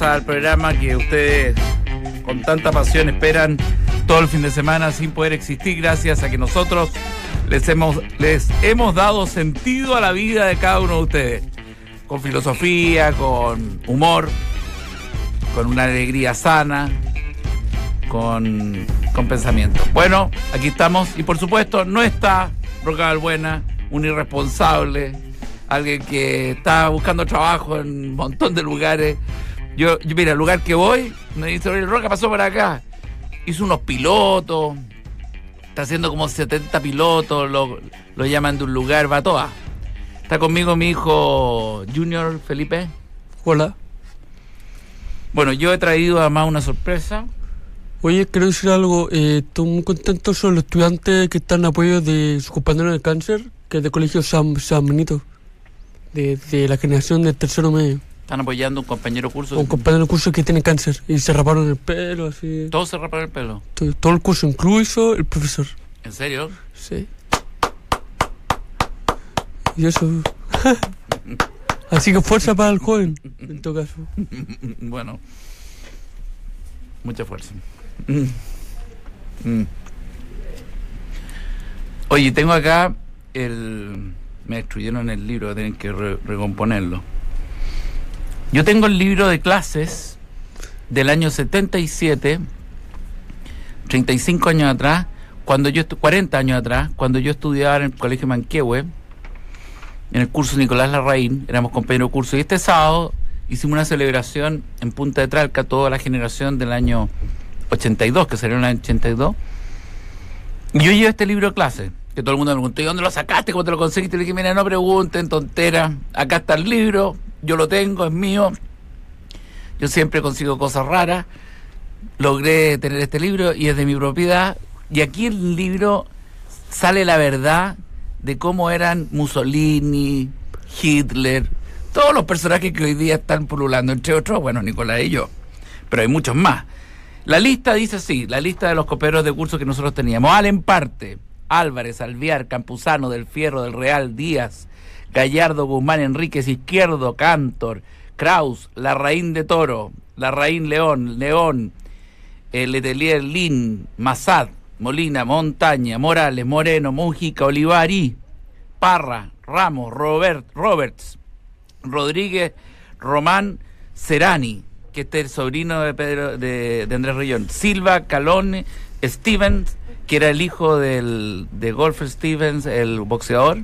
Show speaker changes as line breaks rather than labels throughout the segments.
al programa que ustedes con tanta pasión esperan todo el fin de semana sin poder existir gracias a que nosotros les hemos, les hemos dado sentido a la vida de cada uno de ustedes. Con filosofía, con humor, con una alegría sana, con, con pensamiento. Bueno, aquí estamos y por supuesto no está Roca Buena, un irresponsable, alguien que está buscando trabajo en un montón de lugares. Yo, yo mira, el lugar que voy, me dice, "Oye, el Roca pasó por acá. Hizo unos pilotos, está haciendo como 70 pilotos, lo, lo llaman de un lugar, va a todas. Está conmigo mi hijo Junior Felipe.
Hola.
Bueno, yo he traído además una sorpresa.
Oye, quiero decir algo. Eh, estoy muy contento sobre los estudiantes que están en apoyo de su compañero de cáncer, que es del colegio San, San Benito, de, de la generación del tercero medio.
Están apoyando a un compañero curso.
Un compañero de curso que tiene cáncer y se raparon el pelo, así.
Todos se raparon el pelo.
Todo, todo el curso, incluso el profesor.
¿En serio?
Sí. Y eso. así que fuerza para el joven, en todo caso.
Mm, Bueno. Mucha fuerza. Mm. Mm. Oye, tengo acá el... Me destruyeron el libro, tienen que re- recomponerlo. Yo tengo el libro de clases del año 77, 35 años atrás, cuando yo estu- 40 años atrás, cuando yo estudiaba en el Colegio Manquehue, en el curso Nicolás Larraín, éramos compañeros de curso, y este sábado hicimos una celebración en Punta de Tralca, toda la generación del año 82, que salió en el 82. Y yo llevo este libro a clase, que todo el mundo me preguntó, ¿y dónde lo sacaste? ¿Cómo te lo conseguiste? Le dije, mira, no pregunten, tonteras, acá está el libro, yo lo tengo, es mío. Yo siempre consigo cosas raras. Logré tener este libro y es de mi propiedad. Y aquí en el libro sale la verdad de cómo eran Mussolini, Hitler, todos los personajes que hoy día están pululando, entre otros, bueno, Nicolás y yo, pero hay muchos más. La lista dice así, la lista de los coperos de curso que nosotros teníamos. Allen Parte, Álvarez, Alviar, Campuzano, Del Fierro, Del Real, Díaz, Gallardo, Guzmán, Enríquez, Izquierdo, Cantor, Kraus, Larraín de Toro, Larraín León, León, eh, Letelier, Lin, Massad, Molina, Montaña, Morales, Moreno, Mujica, Olivari, Parra, Ramos, Robert, Roberts, Rodríguez, Román, Cerani, que este es el sobrino de Pedro, de, de Andrés Rillón, Silva, Calone, Stevens, que era el hijo del, de Golf Stevens, el boxeador,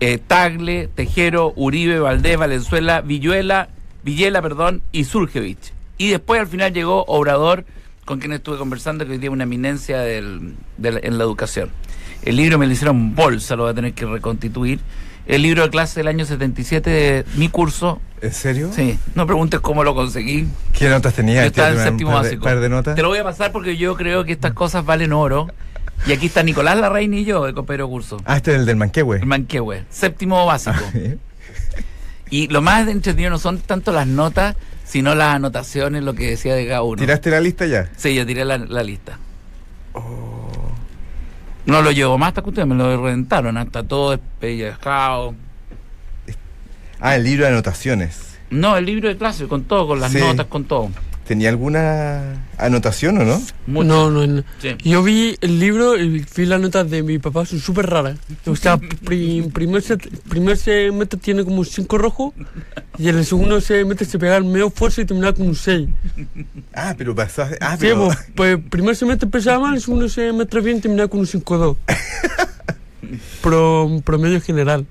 eh, Tagle, Tejero, Uribe, Valdés, Valenzuela, Villuela, Villela, perdón, y Surgevich. Y después al final llegó Obrador, con quien estuve conversando, que hoy día es una eminencia del- del- en la educación. El libro me lo hicieron bolsa, lo voy a tener que reconstituir. El libro de clase del año 77 de mi curso.
¿En serio?
Sí, no preguntes cómo lo conseguí.
¿Qué notas tenías?
Yo estaba en
Tírate un
séptimo
par de-
básico.
par de notas.
Te lo voy a pasar porque yo creo que estas cosas valen oro. Y aquí está Nicolás Larraín y yo de Copero Curso.
Ah, este es el del Manquehue.
El Manquehue, séptimo básico. Y lo más entretenido no son tanto las notas, sino las anotaciones, lo que decía de cada uno.
¿Tiraste la lista ya?
Sí, yo tiré la, la lista.
Oh.
No lo llevo más hasta que ustedes me lo reventaron, hasta todo despellejado.
Ah, el libro de anotaciones.
No, el libro de clase, con todo, con las
Sí.
notas, con todo.
¿Tenía alguna anotación o no?
Mucho.
No, no, no.
Sí.
Yo vi el libro y vi las notas de mi papá, son súper raras. O sea, pri- primer, set- primer semestre tiene como un 5 rojo y en el segundo semestre se pegaba el medio esfuerzo y terminaba con un 6.
Ah, pero pasaste. Ah,
Sí,
pero.
pues, pues, primer semestre empezaba mal, el segundo semestre bien terminaba con un 5-2. Pro, promedio general.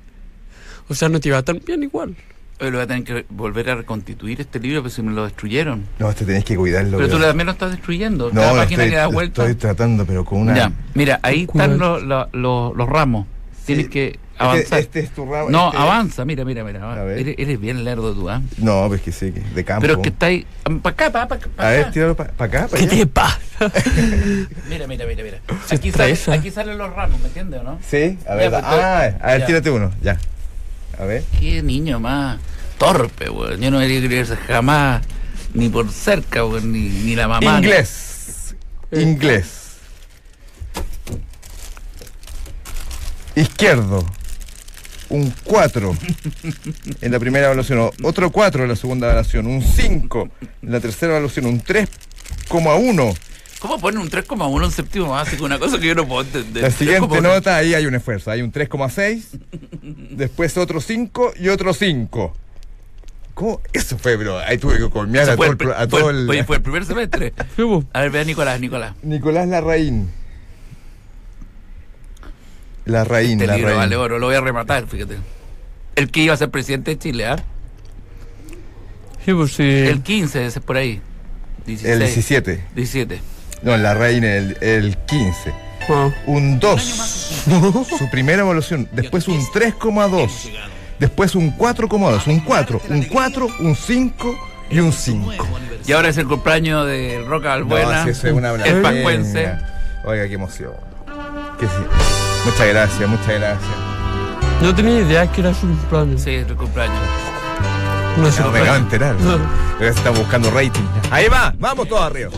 O sea, no te iba tan bien igual.
Hoy lo voy a tener que volver a reconstituir este libro, pero si me lo destruyeron.
No, te tenés que cuidarlo.
Pero tú
weón.
también lo estás destruyendo.
No,
Cada
lo
página
estoy,
que da
lo
vuelta.
estoy tratando, pero con una.
Ya, mira, ahí están
Cuidado.
los, los- los- los ramos. Tienes
Sí.
que
Este-
avanzar.
Este, es tu ramo.
no,
este-
avanza, mira, mira, mira.
A ver.
Eres, eres bien lerdo tú, ¿ah?
No, pues que sí, que de campo.
Pero es que está ahí. Para acá, para acá. pa'
A este. ver,
acá.
tíralo para acá, para
¿Qué
allá.
te pasa?
Mira, mira, mira, mira.
Se
Aquí, sale-
estresa.
aquí salen los ramos, ¿me entiendes o no?
Sí, a ver.
Ya, pues,
ah,
tú-
a ver,
ya.
tírate uno, ya. A ver.
Qué niño más torpe, weón. Yo no debería creerse jamás, ni por cerca, weón, ni, ni la mamá.
Inglés.
Eh.
Inglés. Izquierdo. un 4 en la primera evaluación, o- otro 4 en la segunda evaluación, un 5 en la tercera evaluación, un 3,1.
¿Cómo ponen un 3,1 un séptimo básico? Una cosa que yo no puedo entender.
La siguiente
3,1.
nota, ahí hay un esfuerzo, hay un 3,6, después otro 5 y otro 5. ¿Cómo? Eso fue, bro. Ahí tuve que colmear
Ese
a
fue
todo
el
el...
pri-
pro- a
fue
todo
el-
el-
Oye, fue el primer semestre.
Sí, pues, po.
A ver, vea Nicolás, Nicolás.
Nicolás Larraín. Larraín,
Este libro
Larraín.
vale oro, lo voy a rematar, fíjate. El que iba a ser presidente de Chile, ¿ah?
Sí, po, sí.
El 15, ese es por ahí. 16,
El 17.
17.
No, Larraín el, el 15.
Ah.
Un 2. Su primera evolución. Después un 3,2. Después un 4,2. Un 4. Un 4. Un 5. Y un 5.
Y ahora es el cumpleaños de Roca Albuena.
si eso es una
el
blasfemia.
pascuense.
Oiga, qué emoción. Qué sí. Muchas gracias, muchas gracias.
No tenía idea que era su cumpleaños.
Sí, el cumpleaños.
No sé.
No, me acabo de enterar.
No.
Ahora están buscando rating. Ahí va, vamos todos arriba.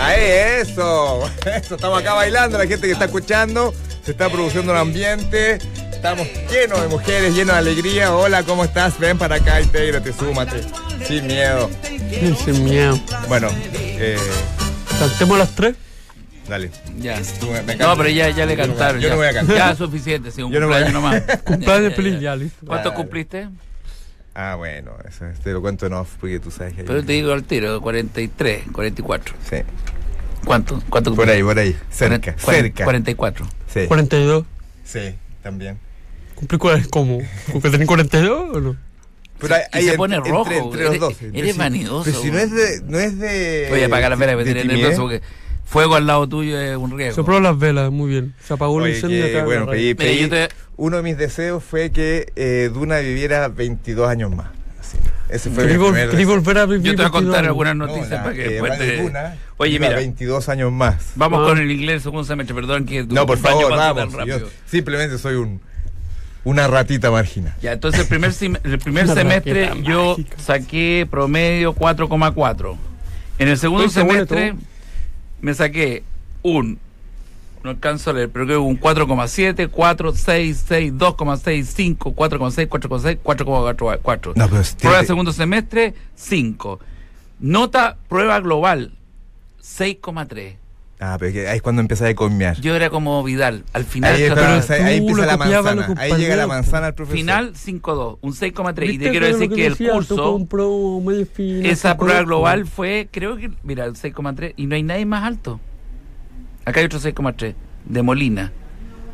Ahí, eso. Eso, estamos acá bailando, la gente que está escuchando, se está produciendo un ambiente. Estamos llenos de mujeres, llenos de alegría. Hola, ¿cómo estás? Ven para acá, intégrate, súmate. Sin miedo.
Ese miedo.
Bueno, eh,
Saltemos las tres.
dale.
Ya.
Tú me- me
No,
cantas.
pero ya, ya le
Yo no voy a-
cantaron.
yo
ya.
no voy a cantar.
Ya es suficiente, sí, un
Yo no voy a-
cumpleaños nomás. Ya,
Cumpleaños
ya,
feliz,
ya.
ya, listo.
¿Cuántos
Dale.
cumpliste?
Ah, bueno, eso te lo cuento en off porque tú sabes que hay-
Pero te digo al tiro, 43, 44.
Sí,
¿Cuánto? ¿Cuánto
por
cumpliste?
ahí, por ahí. Cerca,
Cuaren-
cerca.
44.
Sí,
42.
sí, también.
¿Cumplí cuál? ¿Cómo? ¿Porque tenés 42 o no?
Pero hay,
Y se
en-
pone rojo, eres-
Pero
eres
si-
vanidoso,
Pero si no
güey.
es de. No es de
Voy a apagar la vela, me
de
tiré
timidez.
nervioso porque fuego al lado tuyo es un riesgo.
Sopló las velas, muy bien. Se apagó el
Oye,
incendio.
que,
acá en la
bueno,
radio.
pedí-
Mira,
pedí-
yo te-
Uno de mis deseos fue que eh, Duna viviera 22 años más. Así. Ese fue
Querí
mi
vol-
primer
querí
deseo.
volver a vivir.
Yo te voy a
22
contar
años.
algunas
No,
noticias
la,
para que
eh,
después
Radio
te-
Duna
Oye,
viva
mira,
22 años más.
vamos
Ah.
con el inglés segundo semestre, perdón que tu
no, por
cumpleaños
favor,
pasó tan
vamos.
rápido.
Yo simplemente soy un. Una ratita marginal.
Ya, entonces el primer, sim- el primer
Una
semestre
raqueta
yo
mágica.
saqué promedio 4,4. En el segundo
Uy, se muere
semestre
todo.
me saqué un, no alcanzo a leer, pero creo que un 4,7, 4, 6, 6, 2,6, 5, 4,6, 4,6, 4,4.
No, pero es-
Prueba
tiene-
segundo semestre, 5. Nota prueba global, 6,3.
Ah, pero que ahí es cuando empieza a comear.
Yo era como Vidal. Al final,
Ahí, está,
pero-
pero
ahí
tú
empieza
lo
la
copiabas a los
manzana. Ahí llega la
compañeros. pues.
manzana al profesor.
final 5,2, un 6,3. Y
¿Viste
te quiero
eso es
decir
lo
que el
decía? Tú
curso...
compró un medio fino,
Esa
compró
prueba
esto.
global fue, creo que, mira, el 6,3 y no hay nadie más alto. Acá hay otro 6,3 de Molina.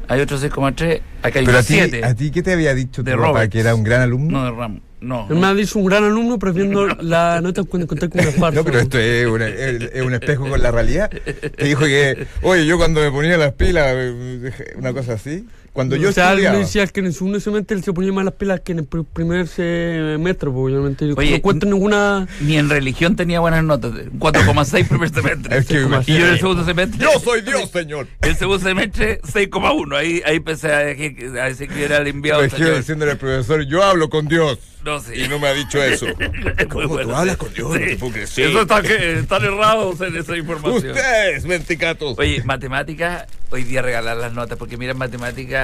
Hay otro 6,3, acá hay
Pero
un
a ti,
7
¿a ti qué te había dicho
de
tu papá?
Roberts.
¿Que era un gran alumno?
no de Ramos. No.
Él me ha dicho un gran alumno, pero viendo la nota cuando conté con una farsa.
No, pero esto es, una- es- es un espejo con la realidad. Te dijo que, oye, yo cuando me ponía las pilas, eh, una cosa así, cuando yo
o sea, él
estudiaba.
me decía que en el segundo semestre él se ponía más las pilas que en el pr- primer semestre, porque obviamente yo
Oye,
no cuento
n-
ninguna...
Ni en religión tenía buenas notas. 4,6 primer
Es
semestre.
que
y yo en el
me imagino.
segundo semestre.
Yo soy Dios, eh. señor.
El segundo semestre, 6,1. Ahí, ahí empecé a, decir- a decir que era el enviado.
Me
señor.
imagino diciéndole al profesor, yo hablo con Dios.
No sé.
Y no me ha dicho eso.
Muy
¿Cómo tú
bueno,
hablas
sí.
con Dios? No
Sí.
te puedo creer.
Eso está, que- están errados en esa información.
Ustedes, menticatos.
Oye, matemáticas, hoy día regalar las notas, porque mira en matemáticas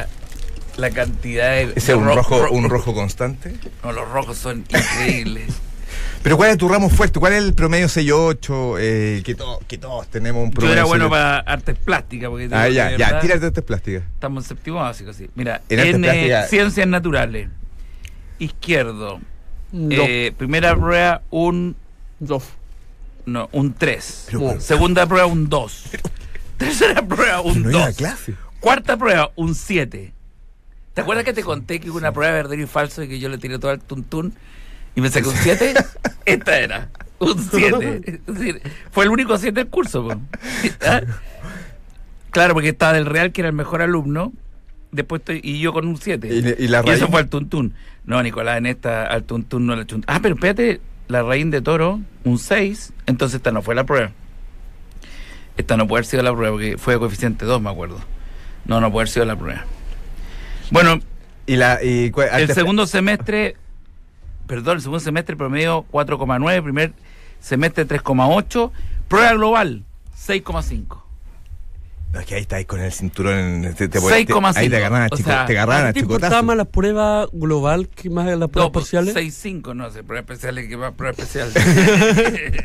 la cantidad de.
Ese es
de
un
ro-
rojo,
ro-
un rojo constante.
No, los rojos son increíbles.
Pero ¿cuál es tu ramo fuerte? ¿Cuál es el promedio 6-8? Eh, que, to- que todos tenemos un
Yo
promedio.
era bueno
6-8?
para artes plásticas, porque.
Ah,
digo,
ya,
de
ya,
verdad,
tírate estas plásticas.
Estamos en séptimo básico, sí. Mira,
En
en,
artes
eh,
plásticas-
ciencias naturales, izquierdo,
No,
eh, primera prueba un.
no.
No, un 3.
Pero, pero-
Segunda prueba un 2. Tercera prueba un
No
2.
iba a clase.
Cuarta prueba, un 7. ¿Te acuerdas que te conté que hubo una prueba de verdadero y falso y que yo le tiré todo al tuntún y me saqué un 7? Esta era, un 7. Es decir, fue el único 7 del curso. po. ¿Ah? Claro, porque estaba del Real, que era el mejor alumno, después estoy- y yo con un 7.
Y le- y la
eso
raíz.
fue al tuntún. No, Nicolás, en esta al tuntún no le chuntó. Ah, pero espérate, la raíz de toro, un 6, entonces esta no fue la prueba. Esta no puede haber sido la prueba, porque fue coeficiente 2, me acuerdo. No, no puede haber sido la prueba. Bueno,
Y la, y cua-
el
antes-
segundo semestre, perdón, el segundo semestre promedio 4,9, primer semestre 3,8, prueba global 6,5.
No, es que ahí está ahí con el cinturón. Te, te, te,
6,5.
ahí te agarraban a,
O
chico,
sea,
te agarraban
¿A
a
ti ¿Te importaba
chicotazo.
más la prueba global que más las pruebas
No, pues,
parciales?
6-5, no sé, prueba especial, que va prueba especial.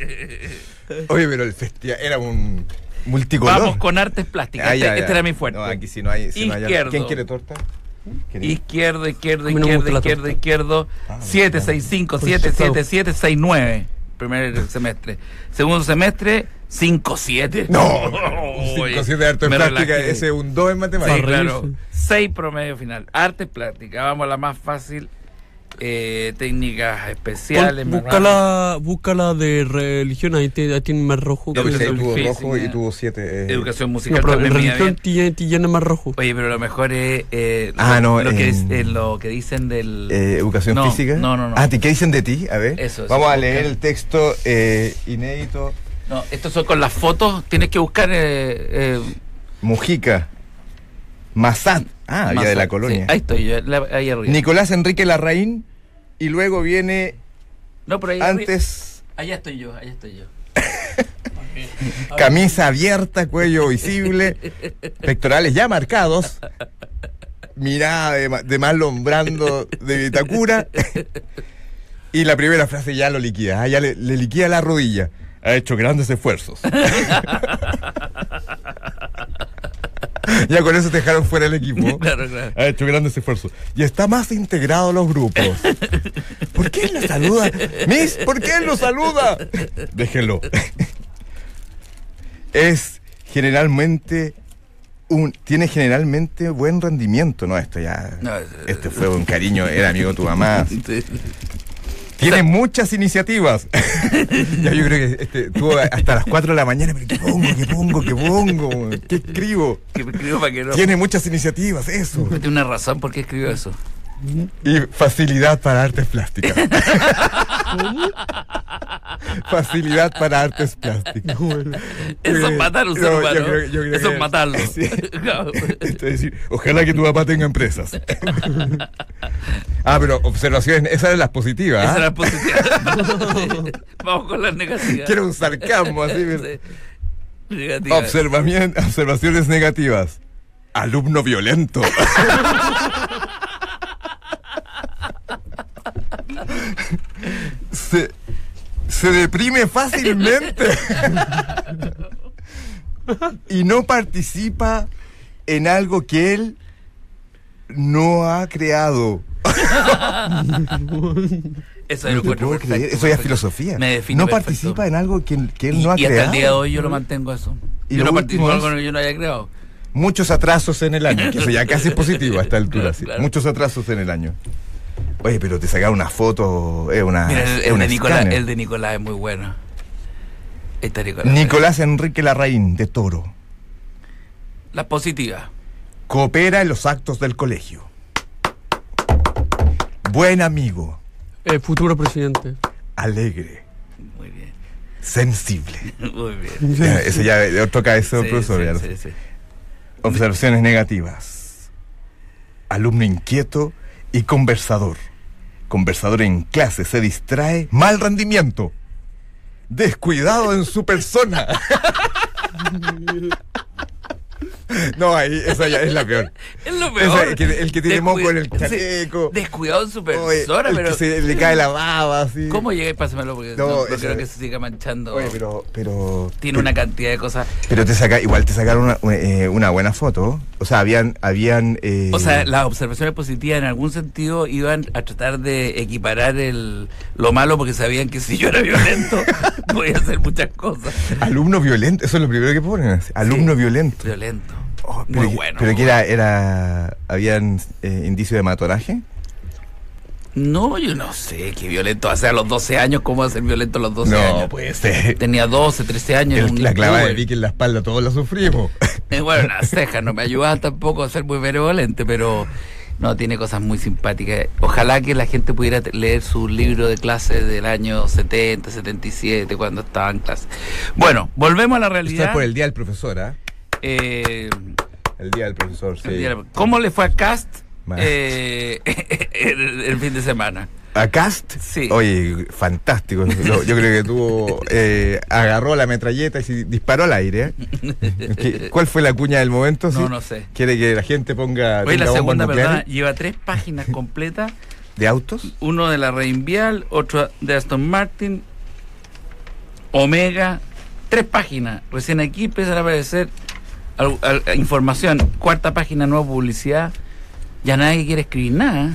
Oye, pero el festival era un multicolor.
Vamos con artes plásticas.
Ah,
este,
ya, ya.
este era mi fuerte.
No, aquí si no hay. si no hay-
Izquierdo.
¿Quién quiere torta? ¿Quiere-
Izquierdo, izquierdo,
A mí no me
izquierdo,
gusta la
izquierdo,
torta.
izquierdo.
Ah,
7,
bueno.
6, 5,
Por
7,
supuesto.
7, 7, 6, 9. Primer semestre. Segundo semestre, 5, 7.
No, un 5 7 de arte plástica, ese es un 2 en matemáticas.
Sí,
Horrible.
claro. 6 promedio final. Artes plásticas. Vamos a la más fácil. Eh, técnicas especiales. manuales.
Pon- busca, la, busca la de religión, ahí, te, ahí tiene más rojo.
No, pero
que la-
sí,
Ahí tuvo
difícil,
rojo y
ya.
tuvo eh, 7.
Educación
no,
musical
pero en
también me iba
religión
bien.
tiene, tiene más rojo.
Oye, pero lo mejor es eh,
Ah,
lo,
no,
lo
eh,
que es, eh, lo que dicen del...
¿Educación
No,
física?
no, no, no.
Ah, ¿te- ¿qué dicen de ti? A ver.
Eso, eso.
Vamos a leer el texto eh, inédito.
No, estos son con las fotos. Tienes que buscar... Eh, eh,
Mujica. Massat. Ah, había
más-
de la
sí,
colonia.
ahí estoy yo, la- ahí arriba.
Nicolás Enrique Larraín. Y luego viene
no, pero ahí arriba-
antes
Allá estoy yo, allá estoy yo.
camisa abierta, cuello visible, pectorales ya marcados, mirada de, ma- de Marlon Brando de Vitacura. Y la primera frase ya lo liquida, ah, ya le, le liquida la rodilla. Ha hecho grandes esfuerzos. ya con eso te dejaron fuera el equipo.
Claro, claro.
Ha hecho grandes esfuerzos. Y está más integrado a los grupos. ¿Por qué él lo saluda? Miss, ¿por qué él lo saluda? Déjelo. Es generalmente un. Tiene generalmente buen rendimiento, ¿no? Esto ya.
No, eh,
Este fue un cariño, era amigo de tu mamá.
Sí.
Tiene muchas iniciativas. ya yo creo que este, estuvo hasta las 4 de la mañana. Pero ¿qué pongo? ¿Qué pongo? ¿Qué pongo? ¿Qué escribo?
Que me escribo para que no.
Tiene muchas iniciativas, eso.
Tiene una razón por qué escribió eso.
Y facilidad para artes plásticas. facilidad para artes plásticas.
Eso es
Eh,
matar a un
no,
ser
yo
humano.
creo- yo creo
eso
que-
es matarlo.
sí.
Claro.
Esto es decir, ojalá que tu papá tenga empresas. ah, pero observaciones, esas eran las positivas.
Esa
¿ah?
era la posición. Vamos con las negativas.
Quiero un sarcasmo así. pero-
Sí. Negativa.
Observamien- observaciones negativas. Alumno violento. se, se deprime fácilmente. y no participa en algo que él no ha creado.
Eso es lo
No te
que
puedo creer, Eso ya es filosofía.
Me define
no
perfecto.
participa en algo que, que él
y,
no ha
y
creado. Mm.
hasta el día de hoy yo lo mantengo eso.
Y
yo
lo
no participo en
último
algo
es-
que yo no haya creado.
Muchos atrasos en el año, que eso ya casi es positivo a esta altura. sí.
Claro.
Muchos atrasos en el año. Oye, pero te sacaron una foto, es una.
Mira, el,
Ah, es
el
una
de Nicolás,
escáner.
el de Nicolás es muy bueno. Ahí está Nicolás.
Nicolás Enrique Larraín, de Toro,
Las positivas.
coopera en los actos del colegio. Buen amigo,
Eh, futuro presidente.
alegre,
Muy bien.
sensible.
Muy bien.
Ya, Ese ya de otro cabezón,
Sí,
profesor.
sí,
ya lo
sí,
sé.
sí.
Observaciones negativas. Alumno inquieto y conversador. Conversador en clase se distrae, mal rendimiento. Descuidado en su persona. No, ahí, esa ya es la peor.
Es lo
Esa,
peor.
el, que, el que tiene
Descuid-
moco en el
sí,
chaleco.
Descuidado en su
Oye,
persona,
el
pero.
que se le cae la baba, así.
¿Cómo llegué? Pásamelo porque
No,
no, no
esa-
creo que se siga manchando.
Oye, pero, pero.
Tiene una cantidad de cosas.
Pero te saca, igual te sacaron una, una, eh, una buena foto. O sea, habían. habían eh,
O sea, las observaciones positivas en algún sentido iban a tratar de equiparar el, lo malo porque sabían que si yo era violento podía hacer muchas cosas.
Alumno violento, eso es lo primero que ponen. así, Alumno
Sí.
violento.
Violento.
Oh, pero
Muy
que-
bueno.
Pero que era, era habían eh, indicios de matoraje.
No, yo no sé qué violento hace a los 12 años, cómo hacer violento a los 12 años.
puede ser.
pues, Tenía 12, 13 años. en un
pues. la clava de
Uber.
Vicky en la espalda, todos la sufrimos.
Eh, Bueno, las cejas no me ayudaban tampoco a ser muy benevolente, pero no, tiene cosas muy simpáticas. Ojalá que la gente pudiera te- leer su libro de clase del año 70, 77, cuando estaba en clase. Bueno, volvemos a la
Esto es
realidad.
por el día del profesor, ¿ah?
Eh,
El día del profesor, sí.
mira, ¿Cómo le fue a Cast
Mal.
eh, el, el fin de semana?
¿A Cast?
Sí.
Oye, fantástico. Lo- Yo creo que tuvo. eh, agarró la metralleta y se disparó al aire. ¿eh? ¿Qué- ¿Cuál fue la cuña del momento? sí?
No, no sé.
¿Quiere que la gente ponga.
Oye, la
tenga bombas
segunda, ¿verdad?
nucleares
Lleva tres páginas completas.
¿De autos?
Uno de la Reinvial, otro de Aston Martin, Omega. Tres páginas. Recién aquí empiezan a aparecer al- al- información. Cuarta página, nueva publicidad. Ya nadie quiere escribir nada.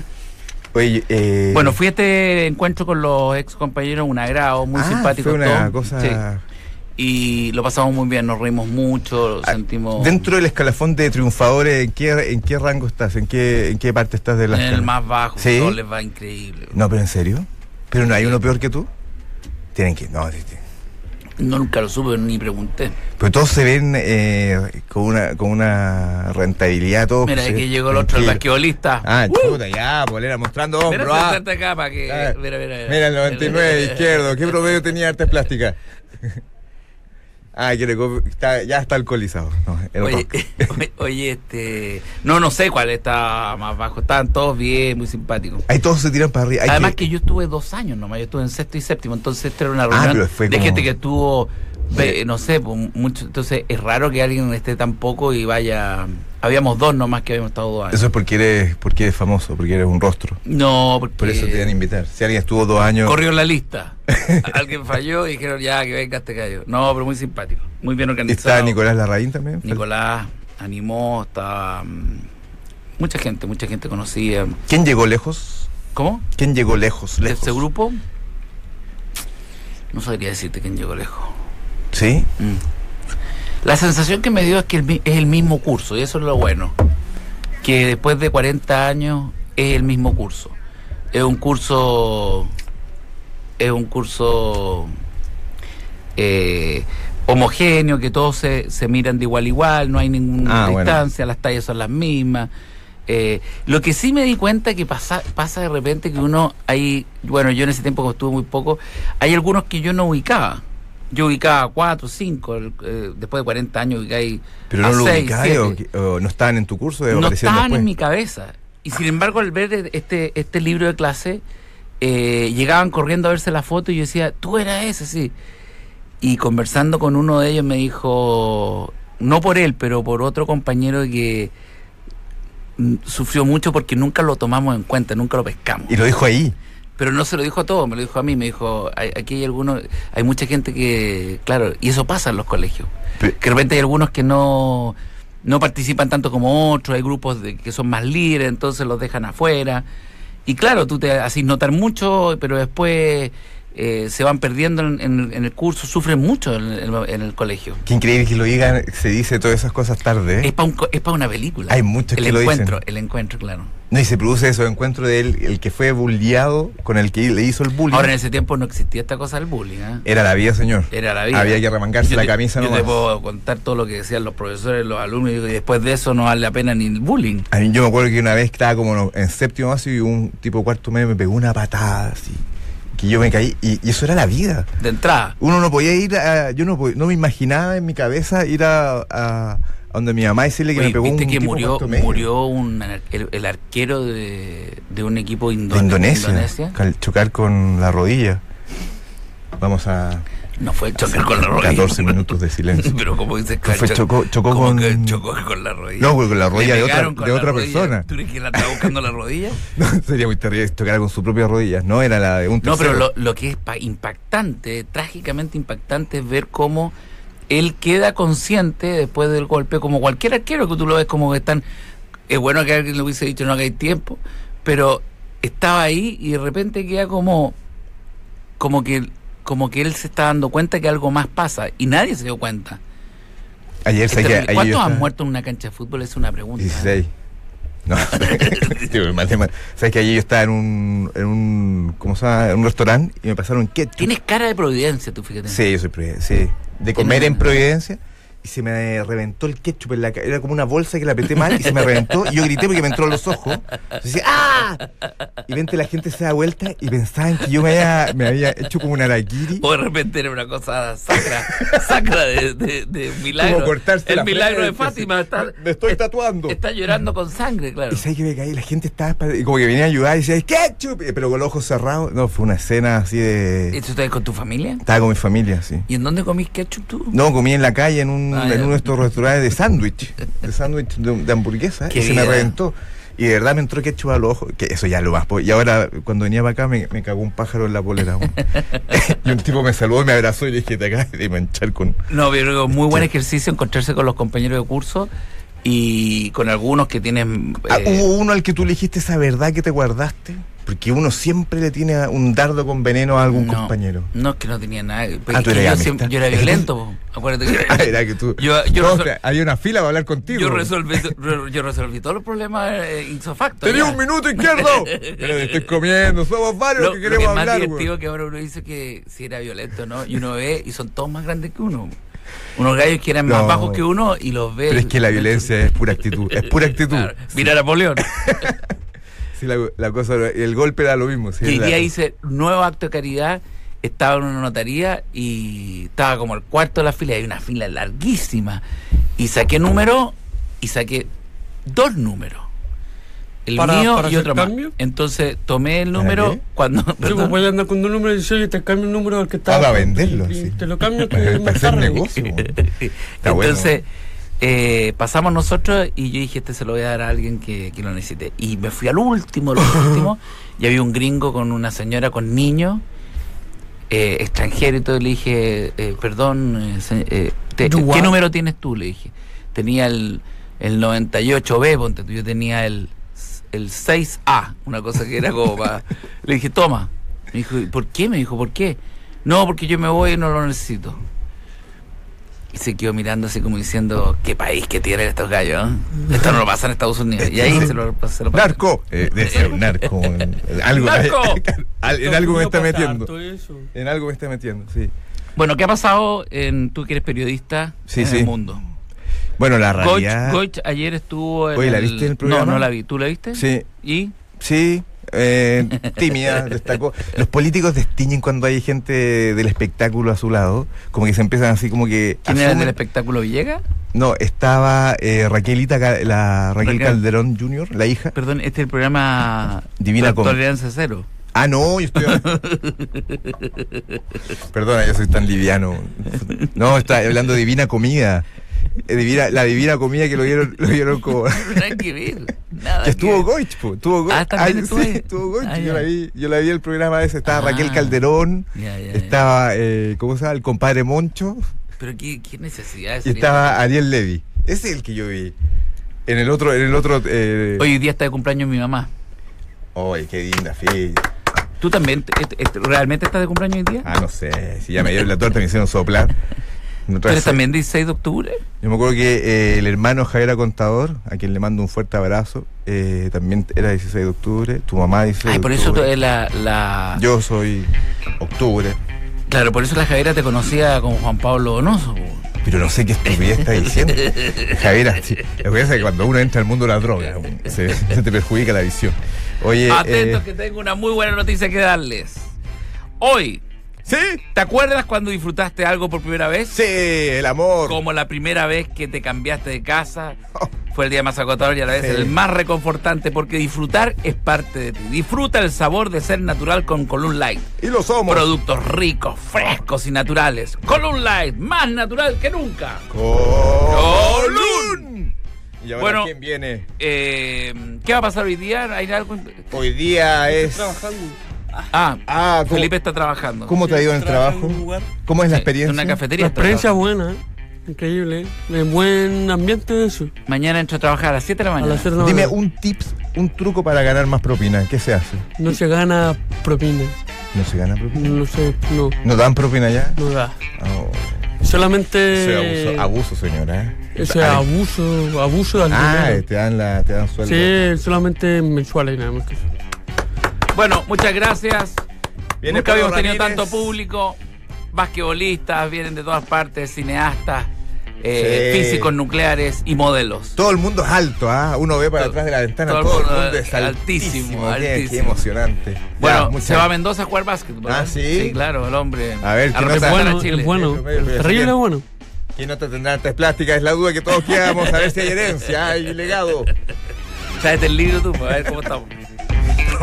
Oye, eh,
Bueno, fui a este encuentro con los ex compañeros, un agrado, muy
ah,
simpático.
Fue una
todo.
cosa.
Sí. Y lo pasamos muy bien, nos reímos mucho,
Ah,
sentimos.
Dentro del escalafón de triunfadores, ¿en qué, en qué rango estás? ¿En qué, ¿En qué parte estás de la
en el
escala?
más bajo,
Sí.
todo les va increíble.
No, pero en serio. ¿Pero no hay uno peor que tú? Tienen que. No, sí, sí.
No, nunca lo supe ni pregunté.
Pero todos se ven eh, con, una, con una rentabilidad. Todos
Mira,
se
es que
ven
llegó el otro, el
tranquilos.
basquetbolista.
Oh,
¡Uh!
Ah, chuta, ya, polera, mostrando
Mira,
hombro. ah.
sentate acá para que.
Ah,
Mira, mira, mira.
Mira, el 99, izquierdo. ¿Qué promedio tenía artes plásticas? Ah, que le co- está, ya está alcoholizado. No, el
Oye,
rock.
oye, oye, este. No, no sé cuál está más bajo. Estaban todos bien, muy simpáticos.
Ahí todos se tiran para arriba. hay
Además
que-
que... yo estuve dos años nomás, yo estuve en sexto y séptimo, entonces esta era una
Ah,
reunión
pero fue
de
como-
gente que estuvo, ve,
Sí.
no sé, pues, mucho, entonces es raro que alguien esté tan poco y vaya, habíamos dos nomás que habíamos estado dos años.
Eso es porque eres, porque eres famoso, porque eres un rostro.
No, porque
Por eso te van a invitar. Si alguien estuvo dos años.
Eh, corrió la lista, alguien falló y dijeron ya que venga este gallo. No, pero muy simpático, muy bien organizado.
¿Está Nicolás Larraín también?
Nicolás animó, está mm, mucha gente, mucha gente conocida.
¿Quién llegó lejos?
¿Cómo?
¿Quién llegó lejos?
¿De
lejos?
este grupo? No sabría decirte quién llegó lejos.
¿Sí?
Mm. La sensación que me dio es que el mi- es el mismo curso, y eso es lo bueno. Que después de 40 años es el mismo curso. Es un curso. Es un curso. eh, homogéneo, que todos se, se miran de igual a igual, no hay ninguna
Ah, bueno.
distancia, las tallas son las mismas. Eh, lo que sí me di cuenta que pasa, pasa de repente que uno hay, bueno, yo en ese tiempo que estuve muy poco, hay algunos que yo no ubicaba. Yo ubicaba cuatro, cinco, el- eh, después de 40 años ubicaba ahí
¿Pero
a
no lo
seis,
ubicáis
siete.
o, que- o no estaban en tu curso? o
No
aparecieron
estaban
después?
en mi cabeza. Y sin embargo, al ver este, este libro de clase, eh, llegaban corriendo a verse la foto y yo decía, tú eras ese, sí. Y conversando con uno de ellos me dijo, no por él, pero por otro compañero que mm, sufrió mucho porque nunca lo tomamos en cuenta, nunca lo pescamos.
Y lo dijo ahí.
Pero no se lo dijo a todos, me lo dijo a mí, me dijo, "Hay- aquí hay algunos, hay mucha gente que, claro, y eso pasa en los colegios,
Pe-
que de repente hay algunos que no, no participan tanto como otros, hay grupos de- que son más líderes, entonces los dejan afuera. Y claro, tú te haces notar mucho, pero después eh, se van perdiendo en, en- en el curso, sufren mucho en, en- en el colegio.
Qué increíble que lo digan, se dice todas esas cosas tarde.
Es
¿eh?
para una película.
Hay muchos
el
que lo dicen.
encuentro, el encuentro, claro.
No, y se produce eso, encuentro de él, el que fue bulleado con el que le hizo el bullying.
Ahora en ese tiempo no existía esta cosa del bullying. ¿eh?
Era la vida, señor.
Era la vida.
Había que remangarse
Yo
la
te-
camisa
Yo
nomás.
te puedo contar todo lo que decían los profesores, los alumnos, y digo, y después de eso no vale la pena ni el bullying.
A mí yo me acuerdo que una vez estaba como no- en séptimo básico y un tipo cuarto medio me pegó una patada así. Que yo me caí y, y eso era la vida.
De entrada.
Uno no podía ir a, yo no, po- no me imaginaba en mi cabeza ir a, a- a donde mi mamá y decirle que
Oye,
me pegó
Viste
un
que
tipo
murió,
cuarto medio.
murió un, anar- el, el arquero de, de un equipo
de
indone-
Indonesia,
Indonesia.
al chocar con la rodilla. Vamos a
No fue el chocar con la rodilla.
14 minutos de silencio.
Pero como dices,
No fue,
cho-
chocó- chocó
¿cómo
con-
que chocó con la rodilla.
No, güey, con la
Le
rodilla de otra-
pegaron con
de
la
otra
rodilla.
persona.
¿Tú crees que la estaba buscando la rodilla?
No, sería muy terrible si tocara con su propia rodilla. No, era la de un
No, pero
tercero.
lo, lo que es pa- impactante, trágicamente impactante, es ver cómo él queda consciente después del golpe, como cualquier arquero que tú lo ves como que están... Es bueno que alguien le hubiese dicho no hagáis tiempo, pero estaba ahí y de repente queda como... Como que, como que él se está dando cuenta que algo más pasa y nadie se dio cuenta.
Ayer
Es
sé que...
terrible.
ayer
¿Cuántos
yo
han
estaba-
muerto en una cancha de fútbol? Es una pregunta. ¿eh?
16. No, yo me maté mal. Sabes que allí yo estaba en un, en un, ¿cómo se llama? En un restaurante y me pasaron ketchup.
Tienes cara de providencia, tú fíjate.
Sí, yo soy providencia, sí. De comer
Tienes-
en Providencia. y se me reventó el ketchup en la cara. Era como una bolsa que la apreté mal y se me reventó. Y yo grité porque me entró a los ojos. Yo decía, ¡ah! Y vente, la gente se da vuelta y pensaban que yo me había, me había hecho como un araquiri.
O de repente era una cosa sacra, sacra de, de, de un milagro.
Como cortarse
el
la
milagro de
frente,
Fátima.
sí.
Está,
Me estoy
es-
tatuando.
Está llorando con sangre, claro.
Y sabes que me caí, la gente estaba espantada, y como que venía a ayudar y decía, ¡ketchup! Eh, Pero con los ojos cerrados. No, fue una escena así de.
¿Eso estás con tu familia?
Estaba con mi familia, sí.
¿Y en dónde comís ketchup tú?
No, comí en la calle en, un,
Ah,
en
ya.
uno de estos restaurantes de sándwich, de sándwich de, de hamburguesa,
Qué
y se me
vida.
reventó. Y de verdad me entró ketchup a los ojos, que eso ya lo más. po- Y ahora, cuando venía para acá, me, me cagó un pájaro en la polera. weón. y un tipo me saludó y me abrazó y le dije, te acabas de manchar con...
No, pero muy buen ejercicio encontrarse con los compañeros de curso y con algunos que tienen...
Ah,
eh,
¿Hubo uno al que tú le dijiste esa verdad que te guardaste? Porque uno siempre le tiene a- un dardo con veneno a algún
no,
compañero.
No, es que no tenía nada. Pero
Ah,
es
tú
que
eres
yo,
amistad.
siempre- yo era violento, po. acuérdate que...
Ah, era que tú...
Yo- yo
No,
resol-
te- había una fila para hablar contigo.
Yo resolví, yo- yo resolví todos los problemas eh, insofacto.
¡Tenía
ya.
un minuto izquierdo! Pero te estoy comiendo, somos varios
Lo,
que
lo que
queremos
es más
hablar, weón.
divertido que ahora uno dice que si era violento, ¿no? Y uno ve y son todos más grandes que uno. Unos gallos que eran
No.
más bajos que uno y los ve.
Pero es que la violencia es pura actitud, es pura actitud.
Eh, Claro. Mira a Napoleón.
Sí, la, la cosa, el golpe da lo mismo. sí,
Y hoy
es la-
día hice nuevo acto de caridad. Estaba en una notaría y estaba como el cuarto de la fila. Hay una fila larguísima. Y saqué número y saqué dos números. El
¿Para-
mío
para
y
hacer
otro más.
cambio? pues,
Entonces tomé el
¿Para
número
qué?
cuando.
Yo
perdón.
voy a andar con un número y yo te cambio el número al que está.
Ah, para venderlo,
y- y
sí.
Te lo cambio que
Para
más
hacer
tarde.
negocio. bueno.
Entonces, eh, pasamos nosotros y yo dije, este se lo voy a dar a alguien que, que lo necesite. Y me fui al último, al último, y había un gringo con una señora con niños, eh, extranjero y todo, y le dije, eh, perdón, eh, se- eh, te-
Do what?
¿qué número tienes tú? Le dije, tenía el, el 98B, ponte tú, yo tenía el, el 6A, una cosa que era como para... le dije, toma. Me dijo, "¿Y ¿por qué? Me dijo, ¿por qué? No, porque yo me voy y no lo necesito. Y se quedó mirando así como diciendo, qué país que tienen estos gallos. eh? Esto no lo pasa en Estados Unidos. Y ahí se lo, se lo pasa.
¡Narco! Eh, debe ser un narco. en- en Algo,
¡Narco!
Al- en algo me está
Pasa
metiendo.
harto eso.
En algo me está metiendo, sí.
Bueno, ¿qué ha pasado en tú que eres periodista
Sí,
en
sí.
el mundo?
Bueno, la
Goich,
realidad...
Goich ayer estuvo en
Oye, ¿la viste en el programa?
No, no la vi. ¿Tú la viste?
Sí,
¿Y?
sí. eh, tímida, destacó. Los políticos destiñen cuando hay gente del espectáculo a su lado. Como que se empiezan así como que...
¿Quién era el del
asumen-
espectáculo Villegas?
No, estaba eh, Raquelita, Ca- la Raquel
Raquel.
Calderón Jr., la hija.
Perdón, este es el programa
Divina
Tol-
Com-
Tolerancia Cero.
Ah, no, yo estoy. Perdona, yo soy tan liviano. No, está hablando de divina comida. Eh, divina- la divina comida que lo dieron, lo dieron como.
Nada que ver. Nada
Que estuvo
ver.
Goich, po, estuvo Goich.
Ah, también
Ay,
estuvo
sí,
ahí.
estuvo Goich.
Ah,
yo,
ya.
la vi, yo la vi el programa ese. Estaba
Ah.
Raquel Calderón,
Ya, ya, ya.
estaba, eh, ¿cómo se llama? El compadre Moncho
Pero qué, qué necesidad de
y
salir?
estaba Ariel Levy. Ese es el que yo vi. En el otro, en el otro. eh,
Hoy día está de cumpleaños mi mamá.
Ay, qué linda fiesta.
¿Tú también? te- este- este- ¿Realmente estás de cumpleaños hoy día?
Ah, no sé. Si ya me dieron la torta, me hicieron soplar. No
¿Tú eres
traje-
también 16 de octubre?
Yo me acuerdo que eh, el hermano Javier Contador, a quien le mando un fuerte abrazo, eh, también era 16 de octubre, tu mamá dice.
Ay, por eso tú- eh, la, la-
Yo soy octubre.
Claro, por eso la Javiera te conocía como Juan Pablo Donoso. po.
Pero no sé qué estupidez está diciendo. Javier, sí, lo que pasa es que cuando uno entra al mundo de las drogas, se, se te perjudica la visión. Oye.
Atentos
eh,
que tengo una muy buena noticia que darles. Hoy,
¿Sí?
¿te acuerdas cuando disfrutaste algo por primera vez?
Sí, el amor.
Como la primera vez que te cambiaste de casa. Fue el día más agotador y a la vez
Oh. Sí.
el más reconfortante porque disfrutar es parte de ti. Disfruta el sabor de ser natural con Column Light.
Y lo somos.
Productos ricos, frescos y naturales. Column Light, más natural que nunca.
Colun. Y ahora,
Bueno.
¿quién viene?
Eh, ¿Qué va a pasar hoy día? ¿Hay algo?
Hoy día
Este
es.
Trabajando.
Ah,
Ah, ¿cómo,
Felipe está trabajando.
¿cómo te ha ido en el
Trabajo en
trabajo?
un lugar.
¿Cómo es la
Sí,
experiencia?
En una cafetería.
La
está
experiencia
trabajando.
buena, ¿eh? increíble, ¿eh? De buen ambiente de eso.
Mañana entro a trabajar a las 7 de la
A
mañana.
las cero de la
Dime
mañana.
un tips, un truco para ganar más propina. ¿Qué se hace?
No se gana propina.
¿No se gana propina?
No sé, no,
¿No dan propina ya?
no da.
Oh, eso
Solamente.
es abuso, abuso, señora. ¿eh?
Eso es
Ah,
abuso, abuso de algún
Ah,
dinero.
te dan, la, te dan sueldo.
Sí, solamente mensuales nada más que eso.
Bueno, muchas gracias.
Viene
Nunca
Pedro
habíamos tenido
Ramírez.
tanto público. Basquetbolistas, vienen de todas partes, cineastas, eh,
Sí.
físicos nucleares y modelos.
Todo el mundo es alto, ¿ah? Uno ve para
Todo-
atrás de la ventana,
todo
todo,
el
el
mundo
mundo es altísimo.
altísimo,
Qué- Qué,
altísimo.
emocionante. Ya,
Bueno,
muchas-
se va a Mendoza a jugar básquetbol.
Ah,
¿eh?
¿sí?
claro, el hombre.
A ver, ¿qué
a
nota?
representar a
Bueno,
Chile.
es bueno.
Medio, medio,
Terrible
medio.
es bueno.
¿Quién no te tendrá artes plásticas? Es la duda que todos quedamos, a ver si hay herencia, hay legado.
Tráete el libro tú, a ver cómo estamos.